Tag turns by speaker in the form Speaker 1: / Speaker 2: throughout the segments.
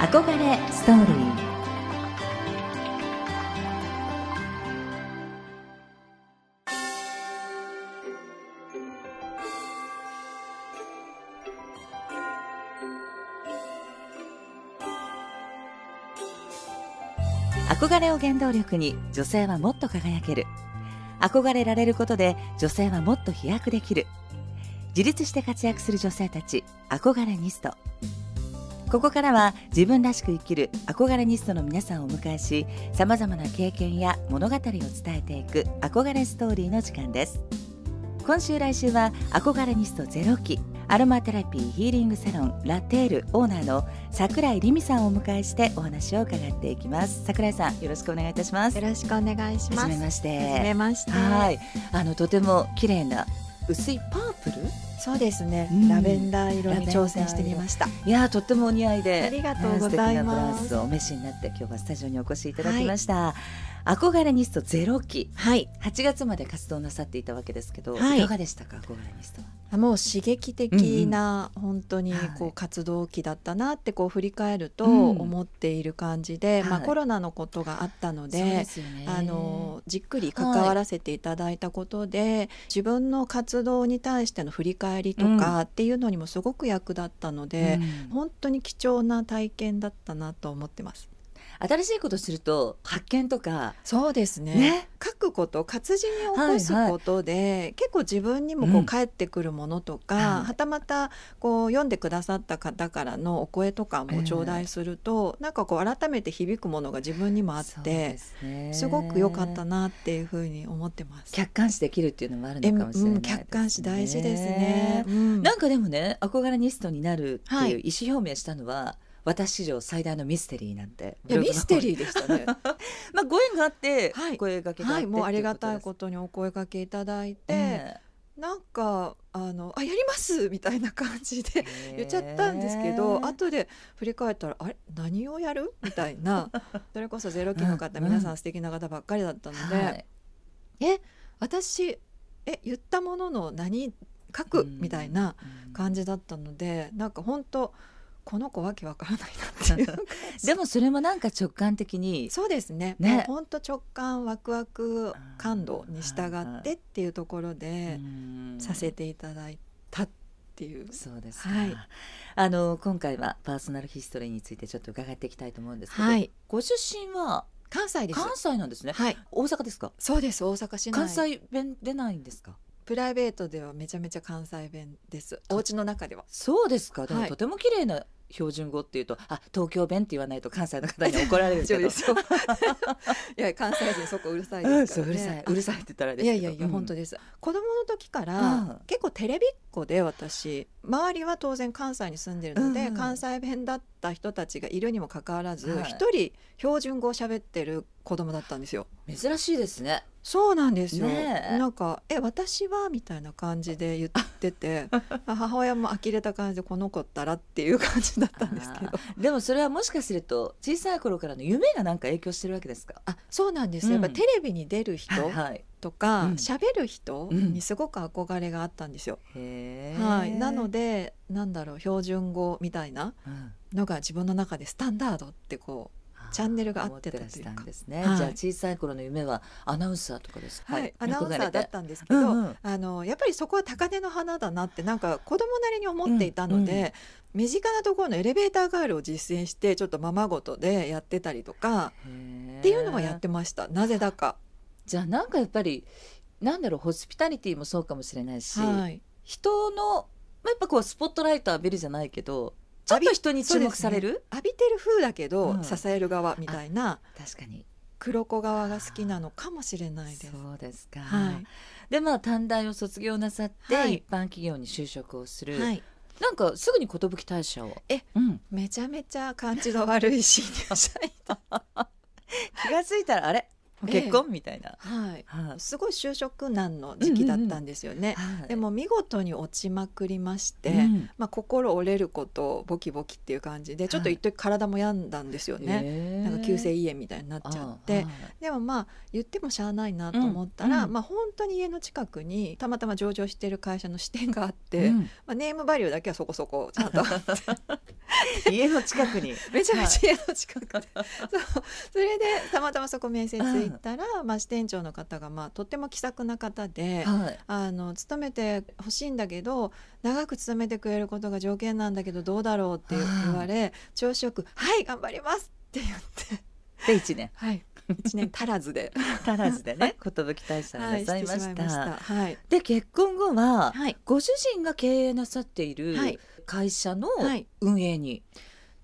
Speaker 1: 憧れストーリー憧れを原動力に女性はもっと輝ける憧れられることで女性はもっと飛躍できる自立して活躍する女性たち憧れニストここからは自分らしく生きる憧れニストの皆さんをお迎えしさまざまな経験や物語を伝えていく憧れストーリーの時間です今週来週は憧れニストゼロ期アロマテラピーヒーリングサロンラテールオーナーの桜井理美さんをお迎えしてお話を伺っていきます桜井さんよろしくお願いいたします
Speaker 2: よろしくお願いします。
Speaker 1: は
Speaker 2: は
Speaker 1: じめ
Speaker 2: じ
Speaker 1: まして
Speaker 2: めまして。
Speaker 1: はい、あのとても綺麗な薄いパープル
Speaker 2: そうですね、
Speaker 1: うん
Speaker 2: ラベンダー色
Speaker 1: ラベン
Speaker 2: に
Speaker 1: ダー色
Speaker 2: 挑戦してみました。
Speaker 1: いやーとってもお似合いで
Speaker 2: ありがとうござ
Speaker 1: ね素
Speaker 2: います
Speaker 1: 敵なブラウスをお召しになって今日はスタジオにお越しいただきました、憧れニストゼロ期
Speaker 2: はい。
Speaker 1: 8月まで活動なさっていたわけですけど、
Speaker 2: はい
Speaker 1: い、かがでしたか憧れニストは
Speaker 2: もう刺激的な、本当にこ
Speaker 1: は
Speaker 2: う
Speaker 1: い
Speaker 2: 活動期だったなってこう振り返ると
Speaker 1: うん
Speaker 2: 思っている感じで、まあ
Speaker 1: はい
Speaker 2: コロナのことがあったので。
Speaker 1: すよね
Speaker 2: あのじっくり関わらせていただいたことで、自分の活動に対しての振り返りとかっていうのにもすごく役立ったので、
Speaker 1: うん
Speaker 2: 本当に貴重な体験だったなと思ってます。
Speaker 1: 新しいことすると発見とか
Speaker 2: そうですね
Speaker 1: ね
Speaker 2: 書くこと活字に起こすことで、結構自分にもこ
Speaker 1: うん
Speaker 2: う返ってくるものとか、
Speaker 1: はい
Speaker 2: はたまたこう読んでくださった方からのお声とかも頂戴すると、なんかこう改めて響くものが自分にもあっ
Speaker 1: そう
Speaker 2: て
Speaker 1: で、す,、ね、
Speaker 2: すごく良かったなっていうふうに思ってます。
Speaker 1: 客観視できるっていうのもある
Speaker 2: え
Speaker 1: のかもしれないですね、
Speaker 2: うん客観視大事ですね。うん
Speaker 1: なんかでもね憧れニストになるって
Speaker 2: はい
Speaker 1: いう意思表明したのは、私史上最大のミステリーなんて
Speaker 2: いやミステ
Speaker 1: ー、
Speaker 2: リーでしたね。
Speaker 1: まあ、ご縁があって、
Speaker 2: はい
Speaker 1: お声がけがあっ
Speaker 2: は
Speaker 1: て
Speaker 2: い、もうありがたい
Speaker 1: っ
Speaker 2: ことにお声掛けいただいて、
Speaker 1: ていう
Speaker 2: なんかあのあやりますみたいな感じで
Speaker 1: ことですね
Speaker 2: 言っちゃったんですけど、後で振り返ったらあれ何をやるみたい なそれこそゼロ期の方、
Speaker 1: うんうん
Speaker 2: 皆さん素敵な方ばっかりだったので、
Speaker 1: はい
Speaker 2: え私え言ったものの何書く、
Speaker 1: うん
Speaker 2: みたいな感じだったのでなんか本当この子わけわからない なっていう
Speaker 1: でもそれもなんか直感的に
Speaker 2: そうですね
Speaker 1: ね
Speaker 2: もう本当直感ワクワク感度に従ってっていうところで
Speaker 1: うん
Speaker 2: させていただいたっていう。
Speaker 1: そうですか、
Speaker 2: はい
Speaker 1: あの今回はパーソナルヒストリーについてちょっと伺っていきたいと思うんですけど、
Speaker 2: はい
Speaker 1: ご出身は
Speaker 2: 関西です
Speaker 1: 関西なんですね
Speaker 2: はい
Speaker 1: 大阪ですか
Speaker 2: そうです大阪市内
Speaker 1: 関西弁出ないんですか
Speaker 2: プライベートではめちゃめちゃ関西弁です。お家の中では。
Speaker 1: そうですか。でも、
Speaker 2: はい
Speaker 1: とても綺麗な標準語っていうと、あ、東京弁って言わないと関西の方に怒られるけ
Speaker 2: 大丈
Speaker 1: ど。
Speaker 2: 夫ですよ。いや関西人そこうるさいで
Speaker 1: う
Speaker 2: す
Speaker 1: そ
Speaker 2: か
Speaker 1: うう
Speaker 2: ら、ね。
Speaker 1: るさい、うるさいって言ったらあれで
Speaker 2: い
Speaker 1: す
Speaker 2: や
Speaker 1: けど。
Speaker 2: いやいや、本当です。子供の時か
Speaker 1: うん
Speaker 2: ら結構テレビっ子で私周りは当然関西に住んでるので、
Speaker 1: うん
Speaker 2: 関西弁だった人たちがいるにもかかわらず
Speaker 1: はい
Speaker 2: 一、人標準語を喋ってる子供だったんですよ。
Speaker 1: うん珍しいですね。
Speaker 2: そうなんですよ、
Speaker 1: ねえ
Speaker 2: なんか「え私は」みたいな感じで言って て母親も呆れた感じでこの子ったらっていう感じだったんですけど
Speaker 1: でも、それはもしかすると、小さい頃からの夢がなんか影響してるわけですか。
Speaker 2: あそうなんです、
Speaker 1: うん
Speaker 2: やっぱテレビに出る人
Speaker 1: はいはい。
Speaker 2: と
Speaker 1: うん
Speaker 2: か喋、る人
Speaker 1: うん
Speaker 2: にすごく憧れがあったんですよ。
Speaker 1: へえ
Speaker 2: はい、なの、でなんだろう標準語みたいな
Speaker 1: うん
Speaker 2: のが自分の中でスタンダードってこチャンネルが合ってたというか
Speaker 1: 思らしたんですね。
Speaker 2: はい
Speaker 1: じゃあ、小さい頃の夢はアナウンサーとかです
Speaker 2: う、
Speaker 1: か。
Speaker 2: はいアナウンサーだっ。たんですけ
Speaker 1: 憧れ
Speaker 2: ど、
Speaker 1: てうんうん
Speaker 2: あのやっぱりそこは高嶺の花だなってなんか子供なりに思っていたので、
Speaker 1: うんう
Speaker 2: 身近なところのエレベーターガールを実践してちょっとままごとでやってたりとか
Speaker 1: っ
Speaker 2: っていうのはやってましたなぜだか。
Speaker 1: じゃあなんかやっぱりなんだろうホスピタリティもそうかもしれないし、
Speaker 2: はい
Speaker 1: 人のまあやっぱこうスポットライト浴びるじゃないけどちょっと人に注目される、
Speaker 2: 浴びてる風だけど、
Speaker 1: うん
Speaker 2: 支える側みたいな
Speaker 1: 確かに
Speaker 2: 黒子側が好きなのかもしれないです。
Speaker 1: そうですか、
Speaker 2: はい、
Speaker 1: でまあ短大を卒業なさって、
Speaker 2: はい
Speaker 1: 一般企業に就職をする、
Speaker 2: はい、
Speaker 1: なんかすぐに寿退社を
Speaker 2: え、
Speaker 1: うん、
Speaker 2: めちゃめちゃ感じの悪い新入社員
Speaker 1: 気がついたらあれもう結婚、みたいな、
Speaker 2: はい、
Speaker 1: はい
Speaker 2: すごい就職難の時期だったんですよね。
Speaker 1: はい
Speaker 2: でも見事に落ちまくりまして、
Speaker 1: うん
Speaker 2: まあ、心折れることボキボキっていう感じでちょっと一時体も病んだんですよね、
Speaker 1: へえ
Speaker 2: なんか急性胃炎みたいになっちゃって
Speaker 1: あ
Speaker 2: でもまあ言ってもしゃあないなと思ったら、
Speaker 1: うん
Speaker 2: まあ、本当に家の近くにたまたま上場してる会社の支店があっ
Speaker 1: あ
Speaker 2: て、
Speaker 1: う
Speaker 2: ま
Speaker 1: ん
Speaker 2: あ、ネームバリューだけはそこそこちゃんとあっ て
Speaker 1: 家の近くに。
Speaker 2: めちゃめちゃ家の近くで、そう それでたまたまそこ面接行ったら、まあ、支店長の方が、まあ、とっても気さくな方で、
Speaker 1: はい。
Speaker 2: あの勤めてほしいんだけど長く勤めてくれることが条件なんだけどどうだろうって言われ、調子よく「はい頑張ります」って言って、
Speaker 1: で一年
Speaker 2: はい、1年足らず で、
Speaker 1: 足らずでね、寿大社
Speaker 2: は
Speaker 1: にな
Speaker 2: い、
Speaker 1: さいました。
Speaker 2: はい、
Speaker 1: で結婚後は、
Speaker 2: はい
Speaker 1: ご主人が経営なさっている
Speaker 2: はい
Speaker 1: 会社の
Speaker 2: はい
Speaker 1: 運営に、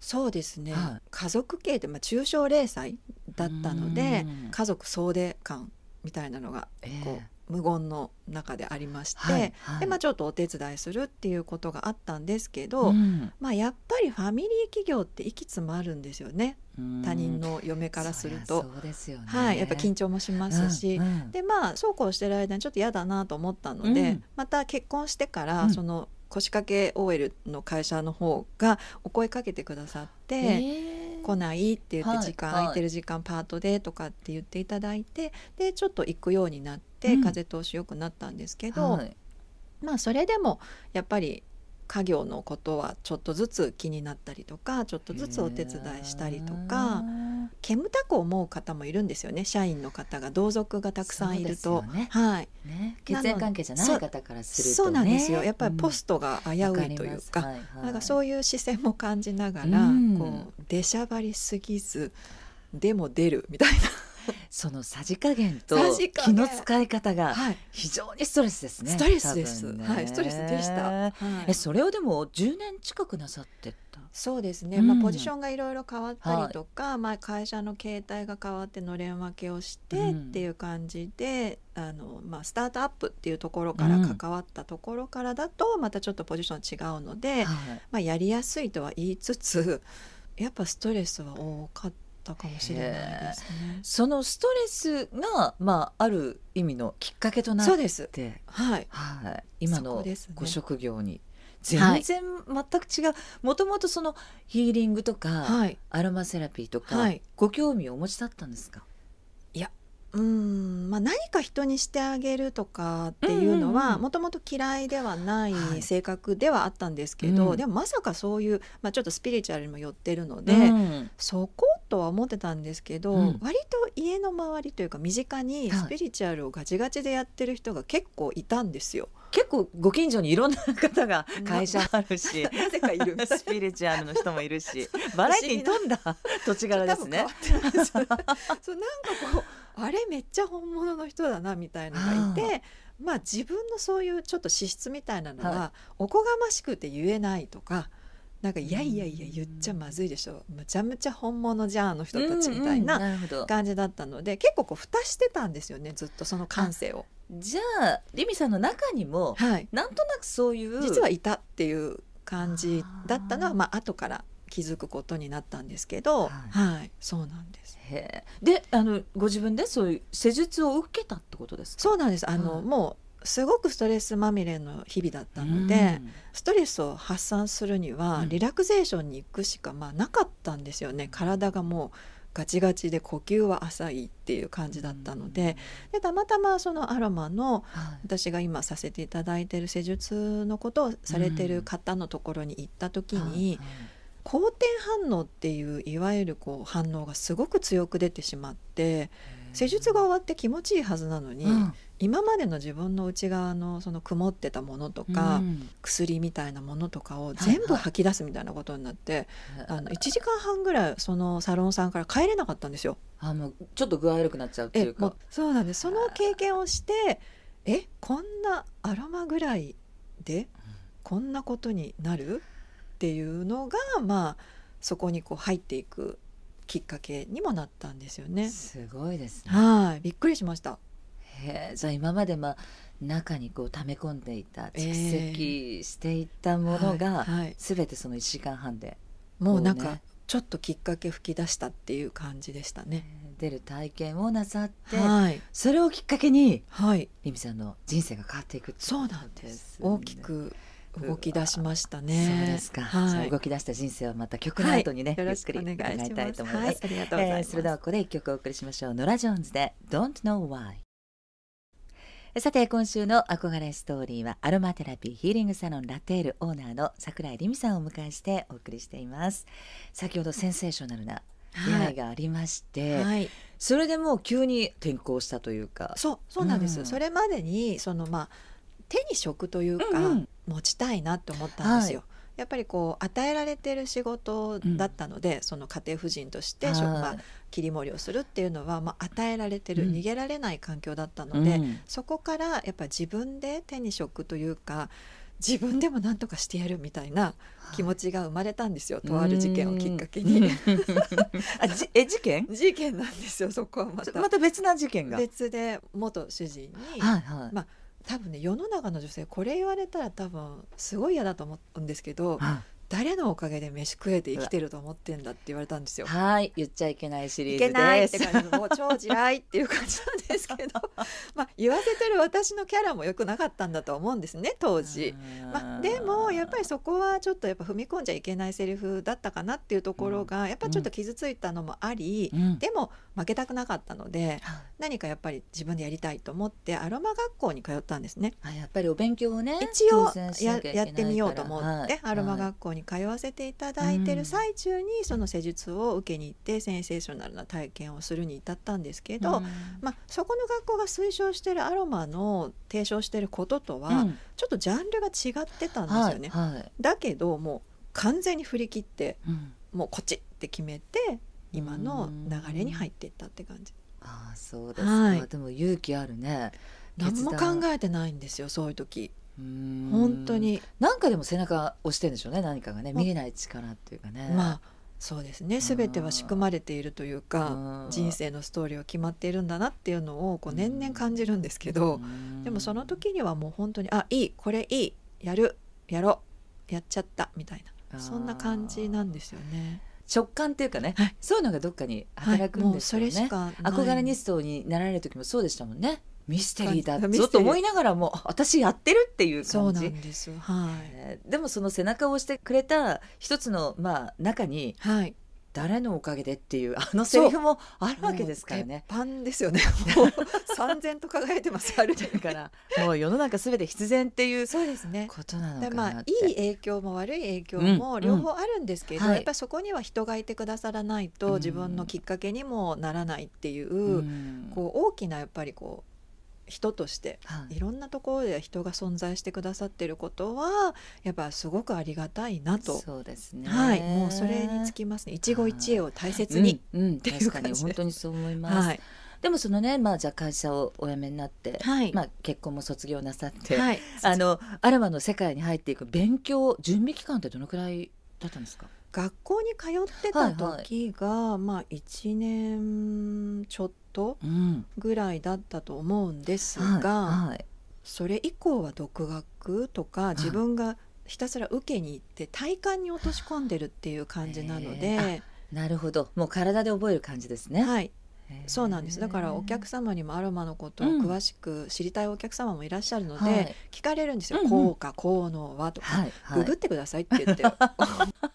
Speaker 2: そうですね、
Speaker 1: はい
Speaker 2: 家族経営って、まあ、中小零細だったので
Speaker 1: うん
Speaker 2: 家族総出感みたいなのがこ
Speaker 1: え
Speaker 2: う無言の中でありまして、
Speaker 1: はいはい
Speaker 2: でまあ、ちょっとお手伝いするっていうことがあったんですけど、
Speaker 1: うん
Speaker 2: まあ、やっぱりファミリー企業って息詰まるんですよね他人の嫁からする
Speaker 1: そ
Speaker 2: と
Speaker 1: り。ゃそうですよね
Speaker 2: はい、やっぱ緊
Speaker 1: 張
Speaker 2: 張もしますし、
Speaker 1: うんうん
Speaker 2: でまあそうこうしてる間にちょっと嫌だなと思ったので、
Speaker 1: うん
Speaker 2: また結婚してから、
Speaker 1: うん
Speaker 2: その腰掛け OL の会社の方がお声かけてくださって、
Speaker 1: えー
Speaker 2: 来ないって言っ
Speaker 1: はい
Speaker 2: て時間、
Speaker 1: はい
Speaker 2: 空いてる時間パートでとかって言っていただいてでちょっと行くようになって、
Speaker 1: うん
Speaker 2: 風通し良くなったんですけど、
Speaker 1: はい
Speaker 2: まあそれでもやっぱり家業のことはちょっとずつ気になったりとかちょっとずつお手伝いしたりとか煙たく思う方もいるんですよね社員の方が同族がたくさんいる
Speaker 1: そう
Speaker 2: と。
Speaker 1: ですよね
Speaker 2: はい、
Speaker 1: ね血縁関係じゃない方からすると、ね、
Speaker 2: そうなんですよやっぱりポス
Speaker 1: ト
Speaker 2: トが危ういというか,、
Speaker 1: はいはい、
Speaker 2: なんかそういう視線も感じながら、
Speaker 1: うん
Speaker 2: こう出しゃばりすぎずでも出るみたい
Speaker 1: そのさじ加減と
Speaker 2: さじ加
Speaker 1: 気
Speaker 2: 減
Speaker 1: の使い方
Speaker 2: な、
Speaker 1: が
Speaker 2: はい、
Speaker 1: 非常にストレスですね
Speaker 2: ストレスです、
Speaker 1: 多分ね
Speaker 2: はいストレスでした、はい
Speaker 1: えそれをでも10年近くなさってた
Speaker 2: そうですね、
Speaker 1: うん
Speaker 2: まあ、ポジションがいろいろ変わったりとか、まあ、会社の形態が変わってのれん分けをして
Speaker 1: う
Speaker 2: っ
Speaker 1: ん
Speaker 2: ていう感じで、あのまあ、スタートアップっていうところから
Speaker 1: うん
Speaker 2: 関わったところからだとまたちょっとポジション違うの
Speaker 1: は
Speaker 2: で、
Speaker 1: い
Speaker 2: まあ、やりやすいとは言いつつ やっぱストレスは多かったかもしれないですね。
Speaker 1: そのストレスが、まあ、ある意味のきっかけとなっ
Speaker 2: そうです、
Speaker 1: て、
Speaker 2: はい
Speaker 1: はい、今
Speaker 2: そ
Speaker 1: の
Speaker 2: こですね
Speaker 1: ご職業に、
Speaker 2: は
Speaker 1: 全
Speaker 2: い
Speaker 1: 然全く違うもともとそのヒーリングとか、
Speaker 2: はい、
Speaker 1: アロマセラピーとか、
Speaker 2: はい
Speaker 1: ご興味をお持ちだったんですか
Speaker 2: うんまあ、何か人にしてあげるとかっていうの
Speaker 1: うんうん
Speaker 2: は
Speaker 1: うん
Speaker 2: もともと嫌いではない
Speaker 1: はい
Speaker 2: 性格ではあったんですけど、
Speaker 1: うん
Speaker 2: でもまさかそういう、まあ、ちょっとスピリチュアルにも寄ってるので、
Speaker 1: うん
Speaker 2: そことは思ってたんですけど、
Speaker 1: うん
Speaker 2: 割と家の周りというか身近に
Speaker 1: はい
Speaker 2: スピリチュアルをガチガチでやってる人が結構いたんですよ。
Speaker 1: 結構ご近所にいろんな方が会社あるし。
Speaker 2: なぜかいるみたい
Speaker 1: スピリチュアルの人もいるし、 バラエティに富んだ土地柄
Speaker 2: な
Speaker 1: ですね。
Speaker 2: 多分変わってないですそうなんかこうあれめっちゃ本物の人だなみたいなのがいてまあ自分のそういうちょっと資質みたいなのは、
Speaker 1: は
Speaker 2: おこがましくて言えないとかなんかいやいやいや言っちゃまずいでしょむちゃむちゃ本物じゃんあの人たちみたい
Speaker 1: うん
Speaker 2: な
Speaker 1: うんなるほど。
Speaker 2: 感じだったので結構こう蓋してたんですよねずっとその感性を。
Speaker 1: じゃあリミさんの中にも
Speaker 2: はい、
Speaker 1: なんとなくそういう
Speaker 2: 実はいたっていう感じだったのはまあ後から気づくことになったんですけど、
Speaker 1: はい
Speaker 2: はい、そうなんです。
Speaker 1: へえであのご自分でそういう施術を受けたってことですか
Speaker 2: そうなんですあの、
Speaker 1: はい
Speaker 2: もうすごくストレスまみれの日々だったので、ストレスを発散するには
Speaker 1: うん
Speaker 2: リラクゼーションに行くしかまあなかったんですよね体がもうガチガチで呼吸は浅いっていう感じだったので,、、でたまたまそのアロマの
Speaker 1: うんはい
Speaker 2: 私が今させていただいてる施術のことをされてる方のところに行った時に、好転反応っていういわゆるこう反応がすごく強く出てしまって施術が終わって気持ちいいはずなのに、
Speaker 1: うん
Speaker 2: 今までの自分の内側のその曇ってたものとか、
Speaker 1: うん
Speaker 2: 薬みたいなものとかを全部吐き出すみたいなことになって、あの1時間半ぐらいそのサロンさんから帰れなかったんですよ。
Speaker 1: あもうちょっと具合悪くなっちゃうってい
Speaker 2: え
Speaker 1: う
Speaker 2: も
Speaker 1: か
Speaker 2: うそうなんですその経験をしてえこんなアロマぐらいでこんなことになるっていうのがまあそこにこう入っていくきっかけにもなったんですよね。
Speaker 1: すごいですね
Speaker 2: はいびっくりしました。
Speaker 1: へえじゃあ今までまあ中にこう溜め込んでいた蓄積していたものが
Speaker 2: はいはい
Speaker 1: すべてその1時間半で
Speaker 2: もうなんか、
Speaker 1: こうね
Speaker 2: ちょっときっかけ吹き出したっていう感じでしたね。
Speaker 1: 出る体験をなさって
Speaker 2: はい、
Speaker 1: それをきっかけに
Speaker 2: はい、
Speaker 1: リミさんの人生が変わっていくっていう
Speaker 2: そ
Speaker 1: こ
Speaker 2: う
Speaker 1: と
Speaker 2: なんです。
Speaker 1: ね
Speaker 2: 大きく動き出しましたね。
Speaker 1: そうですか、そ
Speaker 2: は
Speaker 1: の
Speaker 2: い、
Speaker 1: 動き出した人生はまた曲の後にね、
Speaker 2: はい、よ
Speaker 1: ゆ
Speaker 2: ろ
Speaker 1: っ
Speaker 2: し
Speaker 1: く
Speaker 2: く
Speaker 1: り
Speaker 2: お願い
Speaker 1: 伺い
Speaker 2: した
Speaker 1: い
Speaker 2: ま
Speaker 1: と
Speaker 2: す。
Speaker 1: 思います、
Speaker 2: はい、ありがとうございます。
Speaker 1: えーそれではここで一曲お送りしましょうノラ・ジョーンズで「Don't Know Why」さて今週の憧れストーリーはアロマテラピーヒーリングサロンラテールオーナーの桜井理美さんをお迎えしてお送りしています先ほどセンセーショナルな出会いがありまして、
Speaker 2: はい、
Speaker 1: それでもう急に転校したというか
Speaker 2: そうそうなんです、
Speaker 1: うん
Speaker 2: それまでにそのまあ手に職というか、
Speaker 1: うんうん
Speaker 2: 持ちたいなって思ったんですよ。やっぱりこう与えられてる仕事だったので、その家庭婦人として職
Speaker 1: は
Speaker 2: 場
Speaker 1: い
Speaker 2: 切り盛りをするっていうのは、まあ、与えられてる、
Speaker 1: うん
Speaker 2: 逃げられない環境だったので、
Speaker 1: うん
Speaker 2: そこからやっぱ自分で手に職というか自分でも何とかしてやるみたいな気持ちが生まれたんですよ、とある事件をきっか
Speaker 1: う
Speaker 2: け
Speaker 1: ん
Speaker 2: に。
Speaker 1: あじえ事件
Speaker 2: 事件なんですよそこはまた
Speaker 1: また別な事件が
Speaker 2: 別で元主人に
Speaker 1: はいはい、
Speaker 2: ま多分ね世の中の女性これ言われたら多分すごい嫌だと思うんですけど
Speaker 1: は
Speaker 2: 誰のおかげで飯食えて生きてると思ってんだって言われたんですよ。
Speaker 1: はい言っちゃいけないシリ
Speaker 2: い
Speaker 1: ーズで
Speaker 2: けないっ
Speaker 1: す
Speaker 2: て感じもう超地雷っていう感じなんですけ どまあ言わせてる私のキャラも良くなかったんだと思うんですね当時。まあ、でもやっぱりそこはちょっとやっぱ踏み込んじゃいけないセリフだったかなっていうところがやっぱちょっと傷ついたのもあり、
Speaker 1: うん
Speaker 2: でも負けたくなかったので何かやっぱり自分でやりたいと思ってアロマ学校に通ったんですね。
Speaker 1: あやっぱりお勉強をね
Speaker 2: 一応
Speaker 1: 当然し
Speaker 2: や
Speaker 1: なきゃいけ
Speaker 2: や
Speaker 1: ないから
Speaker 2: ってみようと思って、
Speaker 1: はい
Speaker 2: アロマ
Speaker 1: はい
Speaker 2: 学校に通わせていただいて
Speaker 1: うん
Speaker 2: る最中に、その施術を受けに行ってセンセーショナルな体験をするに至ったんですけど、
Speaker 1: うん
Speaker 2: まあ、そこの学校が推奨してるアロマの提唱してることとは、
Speaker 1: うん
Speaker 2: ちょっとジャンルが違ってたんですよね。
Speaker 1: はいはい
Speaker 2: だけどもう完全に振り切って
Speaker 1: うん
Speaker 2: もうこっちって決めて今の流れに入っていったって感じ。
Speaker 1: ああそうですか、
Speaker 2: はい
Speaker 1: でも勇気あるね
Speaker 2: 何も
Speaker 1: 決断
Speaker 2: 考えてないんですよそういう時
Speaker 1: うん
Speaker 2: 本当に
Speaker 1: なんかでも背中押してんでしょうね何かがね
Speaker 2: ま
Speaker 1: 見えない力っていうかね
Speaker 2: まあそうですね全ては仕組まれているというか
Speaker 1: うん
Speaker 2: 人生のストーリーは決まっているんだなっていうのをこう年々感じるんですけどでもその時にはもう本当に「あいいこれいいやるやろうやっちゃった」みたい
Speaker 1: あー
Speaker 2: なそんな感じなんですよね。
Speaker 1: 直感っていうかね、
Speaker 2: はい
Speaker 1: そういうのがどっかに
Speaker 2: はい
Speaker 1: 働くん
Speaker 2: も
Speaker 1: で
Speaker 2: う
Speaker 1: す
Speaker 2: そ
Speaker 1: よね、
Speaker 2: れしかない
Speaker 1: 憧れニストになられる時もそうでしたもんねミステリーだ
Speaker 2: ミステリ
Speaker 1: ぞ
Speaker 2: ー
Speaker 1: と思いながらも あ私やってるっていう
Speaker 2: そう
Speaker 1: 感
Speaker 2: な
Speaker 1: じ
Speaker 2: んですはい、
Speaker 1: えーでもその背中を押してくれた一つのまあ中に
Speaker 2: はい、
Speaker 1: 誰のおかげでっていうあのセリフもあるわけですからね。
Speaker 2: もう鉄板ですよねもう 三千と輝いてますある
Speaker 1: だからもう世の中すべて必然って いう
Speaker 2: そうですね
Speaker 1: ことなの
Speaker 2: で
Speaker 1: か
Speaker 2: ま
Speaker 1: な
Speaker 2: あ
Speaker 1: って。
Speaker 2: いい影響も悪い影響
Speaker 1: う
Speaker 2: も
Speaker 1: ん
Speaker 2: 両方あるんですけど、
Speaker 1: うんはい
Speaker 2: やっぱりそこには人がいてくださらない
Speaker 1: うん
Speaker 2: と自分のきっかけにもならないっていう、
Speaker 1: うん
Speaker 2: こう大きなやっぱりこう人として
Speaker 1: はい
Speaker 2: いろんなところで人が存在してくださってることはやっぱすごくありがたいなと、
Speaker 1: そうですね。
Speaker 2: はい、もうそれにつきますね一期一会を大切に、
Speaker 1: うん、うん
Speaker 2: てい
Speaker 1: 確
Speaker 2: う
Speaker 1: かに
Speaker 2: 感じ
Speaker 1: 本当にそう思います。
Speaker 2: はい、
Speaker 1: でもそのねまあじゃあ会社をお辞めになって、
Speaker 2: はい
Speaker 1: まあ結婚も卒業なさって、
Speaker 2: はい、
Speaker 1: あのアラマの世界に入っていく勉強準備期間ってどのくらいだったんですか。
Speaker 2: 学校に通ってた時が、まあ1年ちょっと
Speaker 1: うん。
Speaker 2: ぐらいだったと思うんですが、
Speaker 1: はいはい
Speaker 2: それ以降は独学とか
Speaker 1: い
Speaker 2: 自分がひたすら受けに行って体感に落とし込んでるっていう感じなの
Speaker 1: へ
Speaker 2: で、
Speaker 1: なるほどもう体で覚える感じですね、
Speaker 2: はい、
Speaker 1: へー
Speaker 2: そうなんですだからお客様にもアロマのことを詳しく知りたいお客様もいらっしゃるので、
Speaker 1: はい
Speaker 2: 聞かれるんですよ
Speaker 1: うん
Speaker 2: 「
Speaker 1: うん
Speaker 2: 効果効能は?」とか、
Speaker 1: はいはい
Speaker 2: ググってくださいって言って も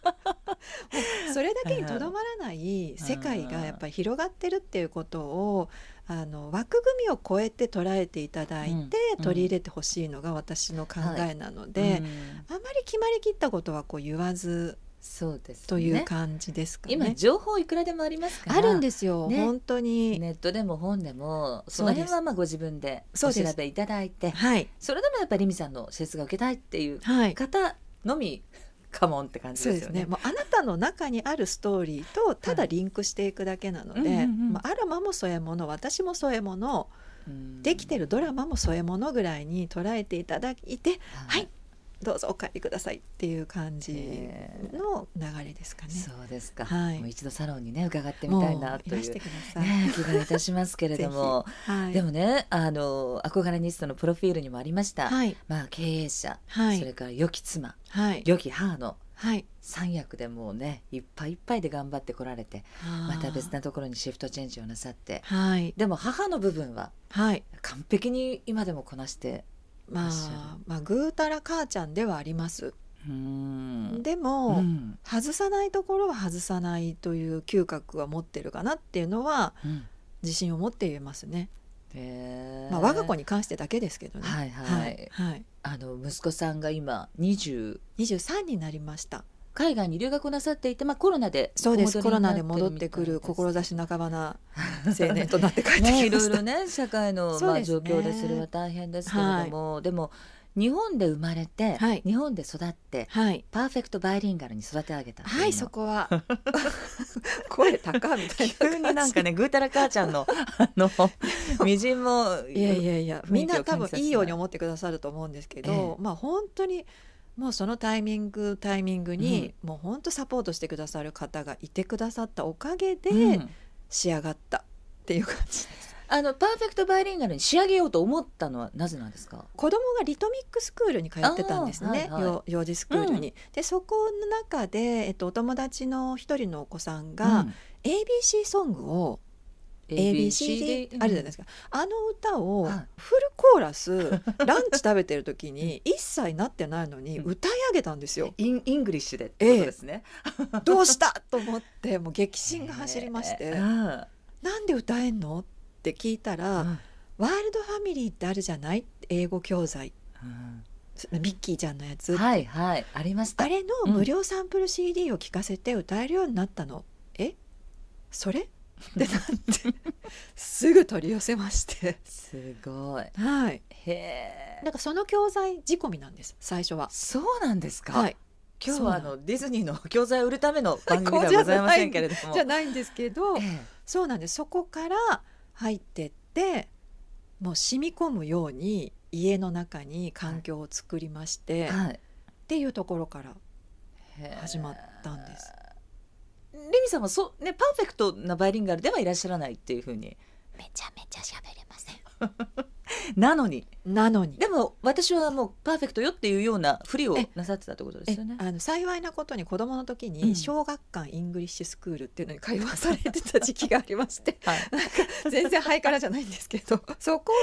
Speaker 2: うそれだけにとどまらない世界がやっぱり広がってるっていうことをあの枠組みを超えて捉えていただい
Speaker 1: うんうん
Speaker 2: て取り入れてほしいのが私の考えなので、
Speaker 1: うん
Speaker 2: あまり決まりきったことはこう言わず
Speaker 1: そうです、ね、
Speaker 2: という感じですかね。
Speaker 1: 今情報いくらでもありますから
Speaker 2: あるんですよ、
Speaker 1: ね
Speaker 2: 本当に、
Speaker 1: ネットでも本でもそ
Speaker 2: そう
Speaker 1: の
Speaker 2: です
Speaker 1: 辺はまあご自分で
Speaker 2: そ
Speaker 1: お
Speaker 2: う
Speaker 1: 調
Speaker 2: です
Speaker 1: べいただいて
Speaker 2: はい
Speaker 1: それでもやっぱりリミさんの施術が受けたいっていう
Speaker 2: はい
Speaker 1: 方のみカモンって感じ
Speaker 2: そう
Speaker 1: で
Speaker 2: です
Speaker 1: よ
Speaker 2: すね
Speaker 1: ね。
Speaker 2: もうあなたの中にあるストーリーとただリンクしていくだけなので、
Speaker 1: うんうんうん
Speaker 2: まあ、アロマも添え物私も添え物
Speaker 1: うん
Speaker 2: できてるドラマも添え物ぐらいに捉えていただいて
Speaker 1: は、
Speaker 2: はいいどうぞお帰りくださいっていう感じ
Speaker 1: えー
Speaker 2: の流れですかね。
Speaker 1: そうですか、
Speaker 2: はい
Speaker 1: もう一度サロンにね伺ってみたいなと
Speaker 2: も
Speaker 1: い
Speaker 2: うらし
Speaker 1: う
Speaker 2: てください。
Speaker 1: ね気がいたしますけれど も
Speaker 2: はい、
Speaker 1: でもねあの憧れニストのプロフィールにもありました、
Speaker 2: はい
Speaker 1: まあ、経営者、
Speaker 2: は
Speaker 1: それ
Speaker 2: い
Speaker 1: から良き妻
Speaker 2: はい
Speaker 1: 良き母の
Speaker 2: はい。
Speaker 1: 三役でもうねいっぱいいっぱいで頑張ってこられてまた別なところにシフトチェンジをなさって
Speaker 2: はい
Speaker 1: でも母の部分は
Speaker 2: はい
Speaker 1: 完璧に今でもこなしてい
Speaker 2: ま
Speaker 1: らっしゃ
Speaker 2: あまあぐうたら母ちゃんではあります。
Speaker 1: うん
Speaker 2: でも、
Speaker 1: うん
Speaker 2: 外さないところは外さないという嗅覚は持ってるかなっていうのは
Speaker 1: うん
Speaker 2: 自信を持って言えますね。
Speaker 1: へー
Speaker 2: まあ、我が子に関してだけですけどね。
Speaker 1: はいはい
Speaker 2: はい
Speaker 1: あの息子さんが今20
Speaker 2: 23になりました
Speaker 1: 海外に留学なさっていて、まあ、コロナで
Speaker 2: そうです
Speaker 1: お
Speaker 2: コロ
Speaker 1: 戻りにな
Speaker 2: ナ
Speaker 1: っ
Speaker 2: で戻って くる 志半ばな青年となって帰ってきま
Speaker 1: ね、いろ
Speaker 2: し
Speaker 1: い
Speaker 2: た、
Speaker 1: ろね社会の、
Speaker 2: そう
Speaker 1: まあ、
Speaker 2: です
Speaker 1: 状
Speaker 2: ね
Speaker 1: 況でそれは大変ですけれども、でも日本で生まれて、
Speaker 2: はい
Speaker 1: 日本で育って
Speaker 2: はい
Speaker 1: パーフェクトバイリンガルに育て上げたってうの
Speaker 2: はいそこは声高みたいな感
Speaker 1: 急
Speaker 2: じ
Speaker 1: になん かねぐーたら母ちゃんのあのみじんも
Speaker 2: いやいやいや
Speaker 1: 雰囲気を
Speaker 2: みんな多
Speaker 1: 感
Speaker 2: 分
Speaker 1: じさせない
Speaker 2: いいように思ってくださると思うんですけど、まあ本当にもうそのタイミングタイミングに、もう本当サポートしてくださる方がいてくださったおかげで
Speaker 1: うん
Speaker 2: 仕上がったっていう感じです、
Speaker 1: あのパーフェクトバイリンガルに仕上げようと思ったのはなぜなんですか
Speaker 2: 子供がリトミックスクールに通ってたんですね、
Speaker 1: あーはいはい
Speaker 2: 幼幼児スクールに。でそこの中で、えっと、お友達の一人のお子さんが、
Speaker 1: うん
Speaker 2: ABC ソングを ABCD あるじゃないです
Speaker 1: か。
Speaker 2: か、あの歌を
Speaker 1: はい
Speaker 2: フルコーラス ランチ食べてる時に一切なってないのに
Speaker 1: うん
Speaker 2: 歌い上げたんですよ。
Speaker 1: インイングリッシュでってことですね。
Speaker 2: どうしたと思ってもう激震が走りまして、
Speaker 1: えー
Speaker 2: なんで歌えんのって聞いたら、
Speaker 1: うん
Speaker 2: ワールドファミリーってあるじゃない英語教材
Speaker 1: うん
Speaker 2: ミッキーちゃんのやつ、
Speaker 1: はいはいありました
Speaker 2: あ。れの無料サンプル CD を聴かせて歌えるようになったの、えそ れってなってすぐ取り寄せまして
Speaker 1: すごい。
Speaker 2: はい
Speaker 1: へえ。
Speaker 2: なんかその教材仕込みなんです最初は。
Speaker 1: そうなんですか。
Speaker 2: はい、
Speaker 1: 今日はあ
Speaker 2: そうな
Speaker 1: のディズニーの教材を売るための番組ではございませんけれども。
Speaker 2: じゃないんですけど
Speaker 1: え
Speaker 2: そうなんですそこから入ってってもう染み込むように家の中に環境を作りまして、
Speaker 1: え
Speaker 2: っ
Speaker 1: はい。
Speaker 2: ていうところから
Speaker 1: へえ
Speaker 2: 始まったんです。
Speaker 1: レミさんはそうねパーフェクトなバイリンガルではいらっしゃらないっていうふうに
Speaker 2: めちゃめちゃ喋れません
Speaker 1: なのに
Speaker 2: なのに
Speaker 1: でも私はもうパーフェクトよっていうようなふりをなさってたってことですよね
Speaker 2: え。あの幸いなことに子どもの時
Speaker 1: うん
Speaker 2: に小学館イングリッシュスクールっていうのに通わされてた時期がありまして
Speaker 1: はい
Speaker 2: 全然ハイカラじゃないんで すけどそこ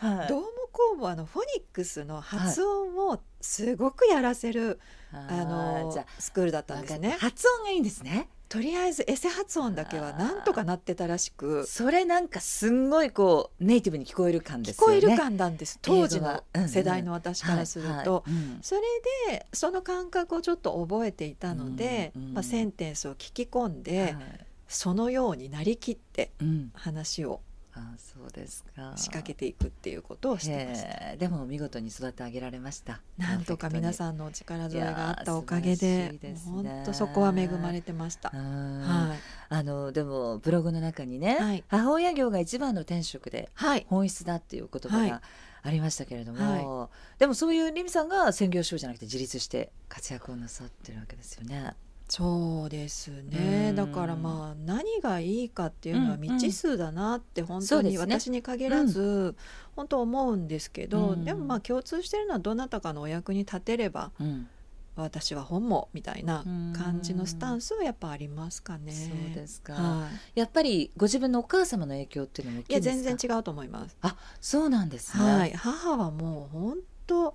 Speaker 1: は
Speaker 2: が
Speaker 1: い
Speaker 2: どうもこうもあのフォニックスの発音をすごくやらせる、あ
Speaker 1: ー
Speaker 2: の
Speaker 1: じゃあ
Speaker 2: スクールだったんですね
Speaker 1: わ。かった発音がいいんですね。
Speaker 2: とりあえずエセ発音だけはなんとかなってたらしく
Speaker 1: それなんかすんごいこうネイティブに聞こえる感で
Speaker 2: 聞
Speaker 1: すよ
Speaker 2: こ
Speaker 1: ね。
Speaker 2: える感なんです当時
Speaker 1: 英語は
Speaker 2: の
Speaker 1: うんうん
Speaker 2: 世代の私からすると。
Speaker 1: はいはいうん
Speaker 2: それでその感覚をちょっと覚えていたので、
Speaker 1: うんうん
Speaker 2: まあ、センテンスを聞き込んで、
Speaker 1: はい
Speaker 2: そのようになりきって
Speaker 1: うん、
Speaker 2: 話を
Speaker 1: あそうですか
Speaker 2: 仕掛けていくっていうことをしてました。
Speaker 1: へえでも見事に育て上げられました
Speaker 2: なんとか皆
Speaker 1: ん
Speaker 2: さんのお力添えがあったおか
Speaker 1: い
Speaker 2: げ
Speaker 1: やー素晴ら
Speaker 2: で
Speaker 1: しいですね
Speaker 2: 本当そこは恵まれてました。
Speaker 1: あ
Speaker 2: はい、
Speaker 1: のでもブログの中にね、
Speaker 2: はい
Speaker 1: 母親業が一番の転職で
Speaker 2: はい、
Speaker 1: 本質だっていう言葉
Speaker 2: はい
Speaker 1: がありましたけれども、でもそういうリミさんが専業主婦じゃなくて自立して活躍をなさってるわけですよね。
Speaker 2: そうです
Speaker 1: う
Speaker 2: ね
Speaker 1: ん
Speaker 2: だからまあ何がいいかっていうのは
Speaker 1: うんうん
Speaker 2: 未知数だなって本
Speaker 1: そう
Speaker 2: 当
Speaker 1: で
Speaker 2: に
Speaker 1: すね
Speaker 2: 私に限らず、本当思うんですけど、
Speaker 1: うん
Speaker 2: でもまあ共通してるのはどなたかのお役に立てれば
Speaker 1: うん
Speaker 2: 私は本望みたいな感じのスタン
Speaker 1: ス、
Speaker 2: スはやっぱありますかね。
Speaker 1: そうですか、
Speaker 2: はい
Speaker 1: やっぱりご自分のお母様の影響っていうのも大き
Speaker 2: いや
Speaker 1: いんですか
Speaker 2: 全然違うと思います。
Speaker 1: あそうなんですね、
Speaker 2: はい、母はもう本当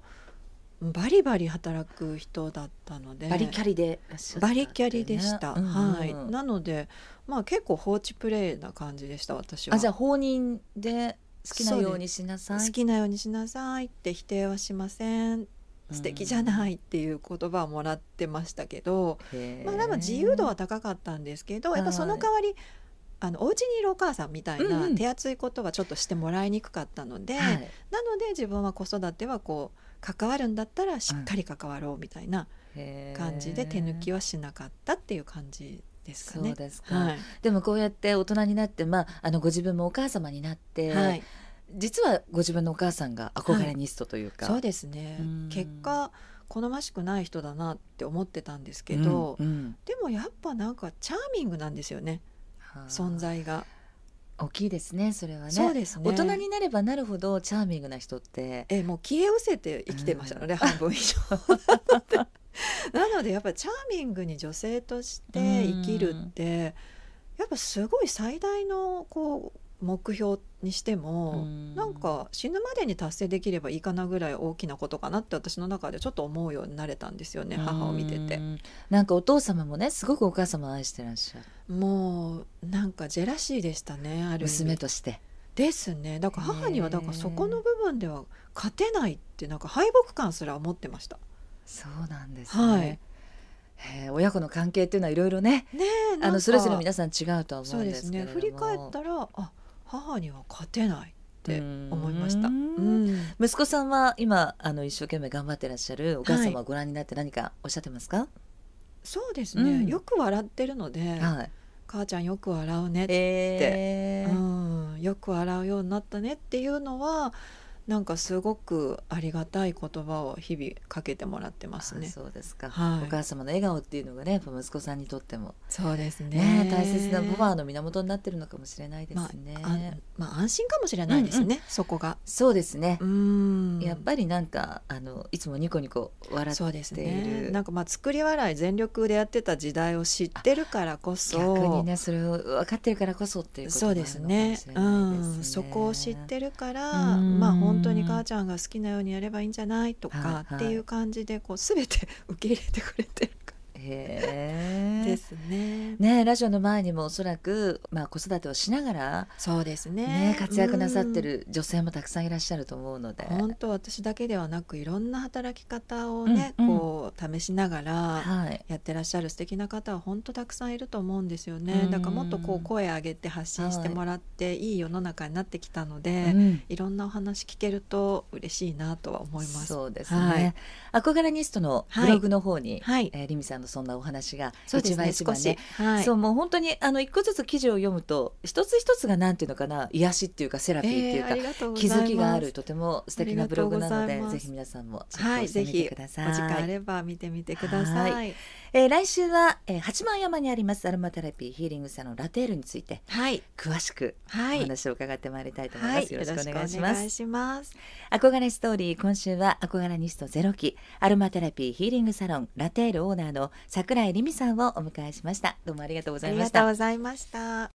Speaker 2: バリバリ働く人だったので、
Speaker 1: バリキャリでいらっしゃったっ
Speaker 2: バ
Speaker 1: ていうね、
Speaker 2: リキャリでした。
Speaker 1: うんうん
Speaker 2: はい。なので、まあ結構放置プレイな感じでした私は。
Speaker 1: あじゃあ放任で好きなようにしなさい。。
Speaker 2: 好きなようにしなさいって否定はしません。素敵じゃないいっていう言葉をもらってましたけど、
Speaker 1: へー
Speaker 2: まあでも自由度は高かったんですけど、やっぱその代わり。あのお家にいるお母さんみたい
Speaker 1: うんう
Speaker 2: なん手厚いことはちょっとしてもらいにくかったので、
Speaker 1: はい
Speaker 2: なので自分は子育てはこう関わるんだったらしっかり関わろうみたいな
Speaker 1: へー
Speaker 2: 感じで手抜きはしなかったっていう感じですか
Speaker 1: そう
Speaker 2: ね。
Speaker 1: ですか、
Speaker 2: はい、
Speaker 1: でもこうやって大人になって、まあ、あのご自分もお母様になって、
Speaker 2: はい、
Speaker 1: 実はご自分のお母さんが憧れニストというか、
Speaker 2: そうですね
Speaker 1: うん
Speaker 2: 結果好ましくない人だなって思ってたんですけど、
Speaker 1: うんうん
Speaker 2: でもやっぱなんかチャーミングなんですよね
Speaker 1: はあ
Speaker 2: 存在が、
Speaker 1: 大きいですねそれはね
Speaker 2: そうですね
Speaker 1: 大人になればなるほどチャーミングな人って
Speaker 2: えもう消え失せて生きてましたので、半分 以上なのでやっぱチャーミングに女性として生きるって、やっぱすごい最大のこう目標にしても、なんか死ぬまでに達成できればいいかなぐらい大きなことかなって私の中でちょっと思うようになれたんですよね母を見て
Speaker 1: う
Speaker 2: て
Speaker 1: んなんかお父様もねすごくお母様を愛してらっしゃる
Speaker 2: もうなんかジェラシーでしたねある意味
Speaker 1: 娘として
Speaker 2: ですねだから母にはだからそこの部分では勝てないってなんか敗北感すら思ってました。
Speaker 1: そうなんですね。
Speaker 2: はい
Speaker 1: へえ親子の関係っていうのはいろいろね
Speaker 2: ねえ
Speaker 1: あ
Speaker 2: なん
Speaker 1: の
Speaker 2: か
Speaker 1: それぞれ皆さん違うとは思
Speaker 2: そううんで
Speaker 1: ですすけれ
Speaker 2: ね
Speaker 1: ども
Speaker 2: 振り返ったらあ母には勝てないって思いました。
Speaker 1: うー
Speaker 2: う
Speaker 1: ん
Speaker 2: ん
Speaker 1: 息子さんは今あの一生懸命頑張ってらっしゃるお母
Speaker 2: はい
Speaker 1: 様をご覧になって何かおっしゃってますか、
Speaker 2: そうですね、
Speaker 1: うん
Speaker 2: よく笑ってるので
Speaker 1: はい
Speaker 2: 「母ちゃんよく笑うね」
Speaker 1: えー
Speaker 2: うん、よく笑うようになったねっていうのはなんかすごくありがたい言葉を日々かけてもらってます
Speaker 1: あ
Speaker 2: ね。
Speaker 1: そうですか、
Speaker 2: はい
Speaker 1: お母様の笑顔っていうのがねやっぱ息子さんにとっても、
Speaker 2: そうです
Speaker 1: ね大切なパワーの源になってるのかもしれないで
Speaker 2: まあ
Speaker 1: すね、
Speaker 2: あまあ安心かもしれないですね、
Speaker 1: うん
Speaker 2: そこが。
Speaker 1: そうですね
Speaker 2: う、ん
Speaker 1: やっぱりなんかあのいつもニコニコ笑って
Speaker 2: そうです
Speaker 1: ってい
Speaker 2: ね
Speaker 1: る
Speaker 2: なんかまあ作り笑い全力でやってた時代を知ってるからこそ
Speaker 1: 逆にねそれを分かってるからこそっていうこと
Speaker 2: そ
Speaker 1: もあ
Speaker 2: う
Speaker 1: るの
Speaker 2: で
Speaker 1: かもし
Speaker 2: す
Speaker 1: れない
Speaker 2: ね
Speaker 1: ですね
Speaker 2: うん、そこを知ってるから、
Speaker 1: うん
Speaker 2: まあ本当に母ちゃんが好きなようにやればいいんじゃないとか
Speaker 1: はいはい
Speaker 2: っていう感じでこう全て受け入れてくれてるか
Speaker 1: へ
Speaker 2: ら
Speaker 1: え
Speaker 2: ですね。
Speaker 1: ねラジオの前にもおそらく、まあ、子育てをしながら、
Speaker 2: そうですね
Speaker 1: ね、活躍なさって、る女性もたくさんいらっしゃると思うので、
Speaker 2: うん本当私だけではなくいろんな働き方をね、
Speaker 1: うんうん
Speaker 2: こう試しながら
Speaker 1: はい、
Speaker 2: やってらっしゃる素敵な方は本当たくさんいると思うんですよ
Speaker 1: う
Speaker 2: ね
Speaker 1: ん
Speaker 2: だからもっとこう声上げて発信してもらっていい世の中になってきたので、
Speaker 1: うん
Speaker 2: いろんなお話聞けると嬉しいなとは思います。
Speaker 1: そうですね、憧れニストのブログの方に、
Speaker 2: はい
Speaker 1: えーリミさんのそんなお話が
Speaker 2: そうで
Speaker 1: 一
Speaker 2: す
Speaker 1: 番
Speaker 2: ね
Speaker 1: 一
Speaker 2: 少
Speaker 1: 番
Speaker 2: し
Speaker 1: ね、
Speaker 2: はい、
Speaker 1: そうもう本当にあの一個ずつ記事を読むと一つ一つがなんていうのかな癒しっていうかセラピーっていうか、
Speaker 2: えーありがとうござ
Speaker 1: 気
Speaker 2: います
Speaker 1: づきがあるとても素敵なブログなの
Speaker 2: あり
Speaker 1: で
Speaker 2: がとうございま
Speaker 1: ぜ
Speaker 2: す
Speaker 1: ひ皆さんもチェッ
Speaker 2: は
Speaker 1: クを
Speaker 2: い
Speaker 1: して
Speaker 2: ぜ
Speaker 1: みて
Speaker 2: ひ
Speaker 1: くだ
Speaker 2: お時
Speaker 1: さい。
Speaker 2: 間あれば見てみてくださいはい、
Speaker 1: えー来週は、えー八幡山にありますアロマテラピーヒーリングサロンラテールについて
Speaker 2: はい
Speaker 1: 詳しくお話を伺ってまいりたいと思います、
Speaker 2: はい
Speaker 1: よろしくお願いし
Speaker 2: よろくお
Speaker 1: ま
Speaker 2: 願い
Speaker 1: す
Speaker 2: します
Speaker 1: 憧れストーリー今週は憧れニストゼロ期アロマテラピーヒーリングサロンラテールオーナーの桜井理美さんをお迎えしましたどうもありがとうご
Speaker 2: あ
Speaker 1: ざい
Speaker 2: り
Speaker 1: ま
Speaker 2: が
Speaker 1: した
Speaker 2: とうございました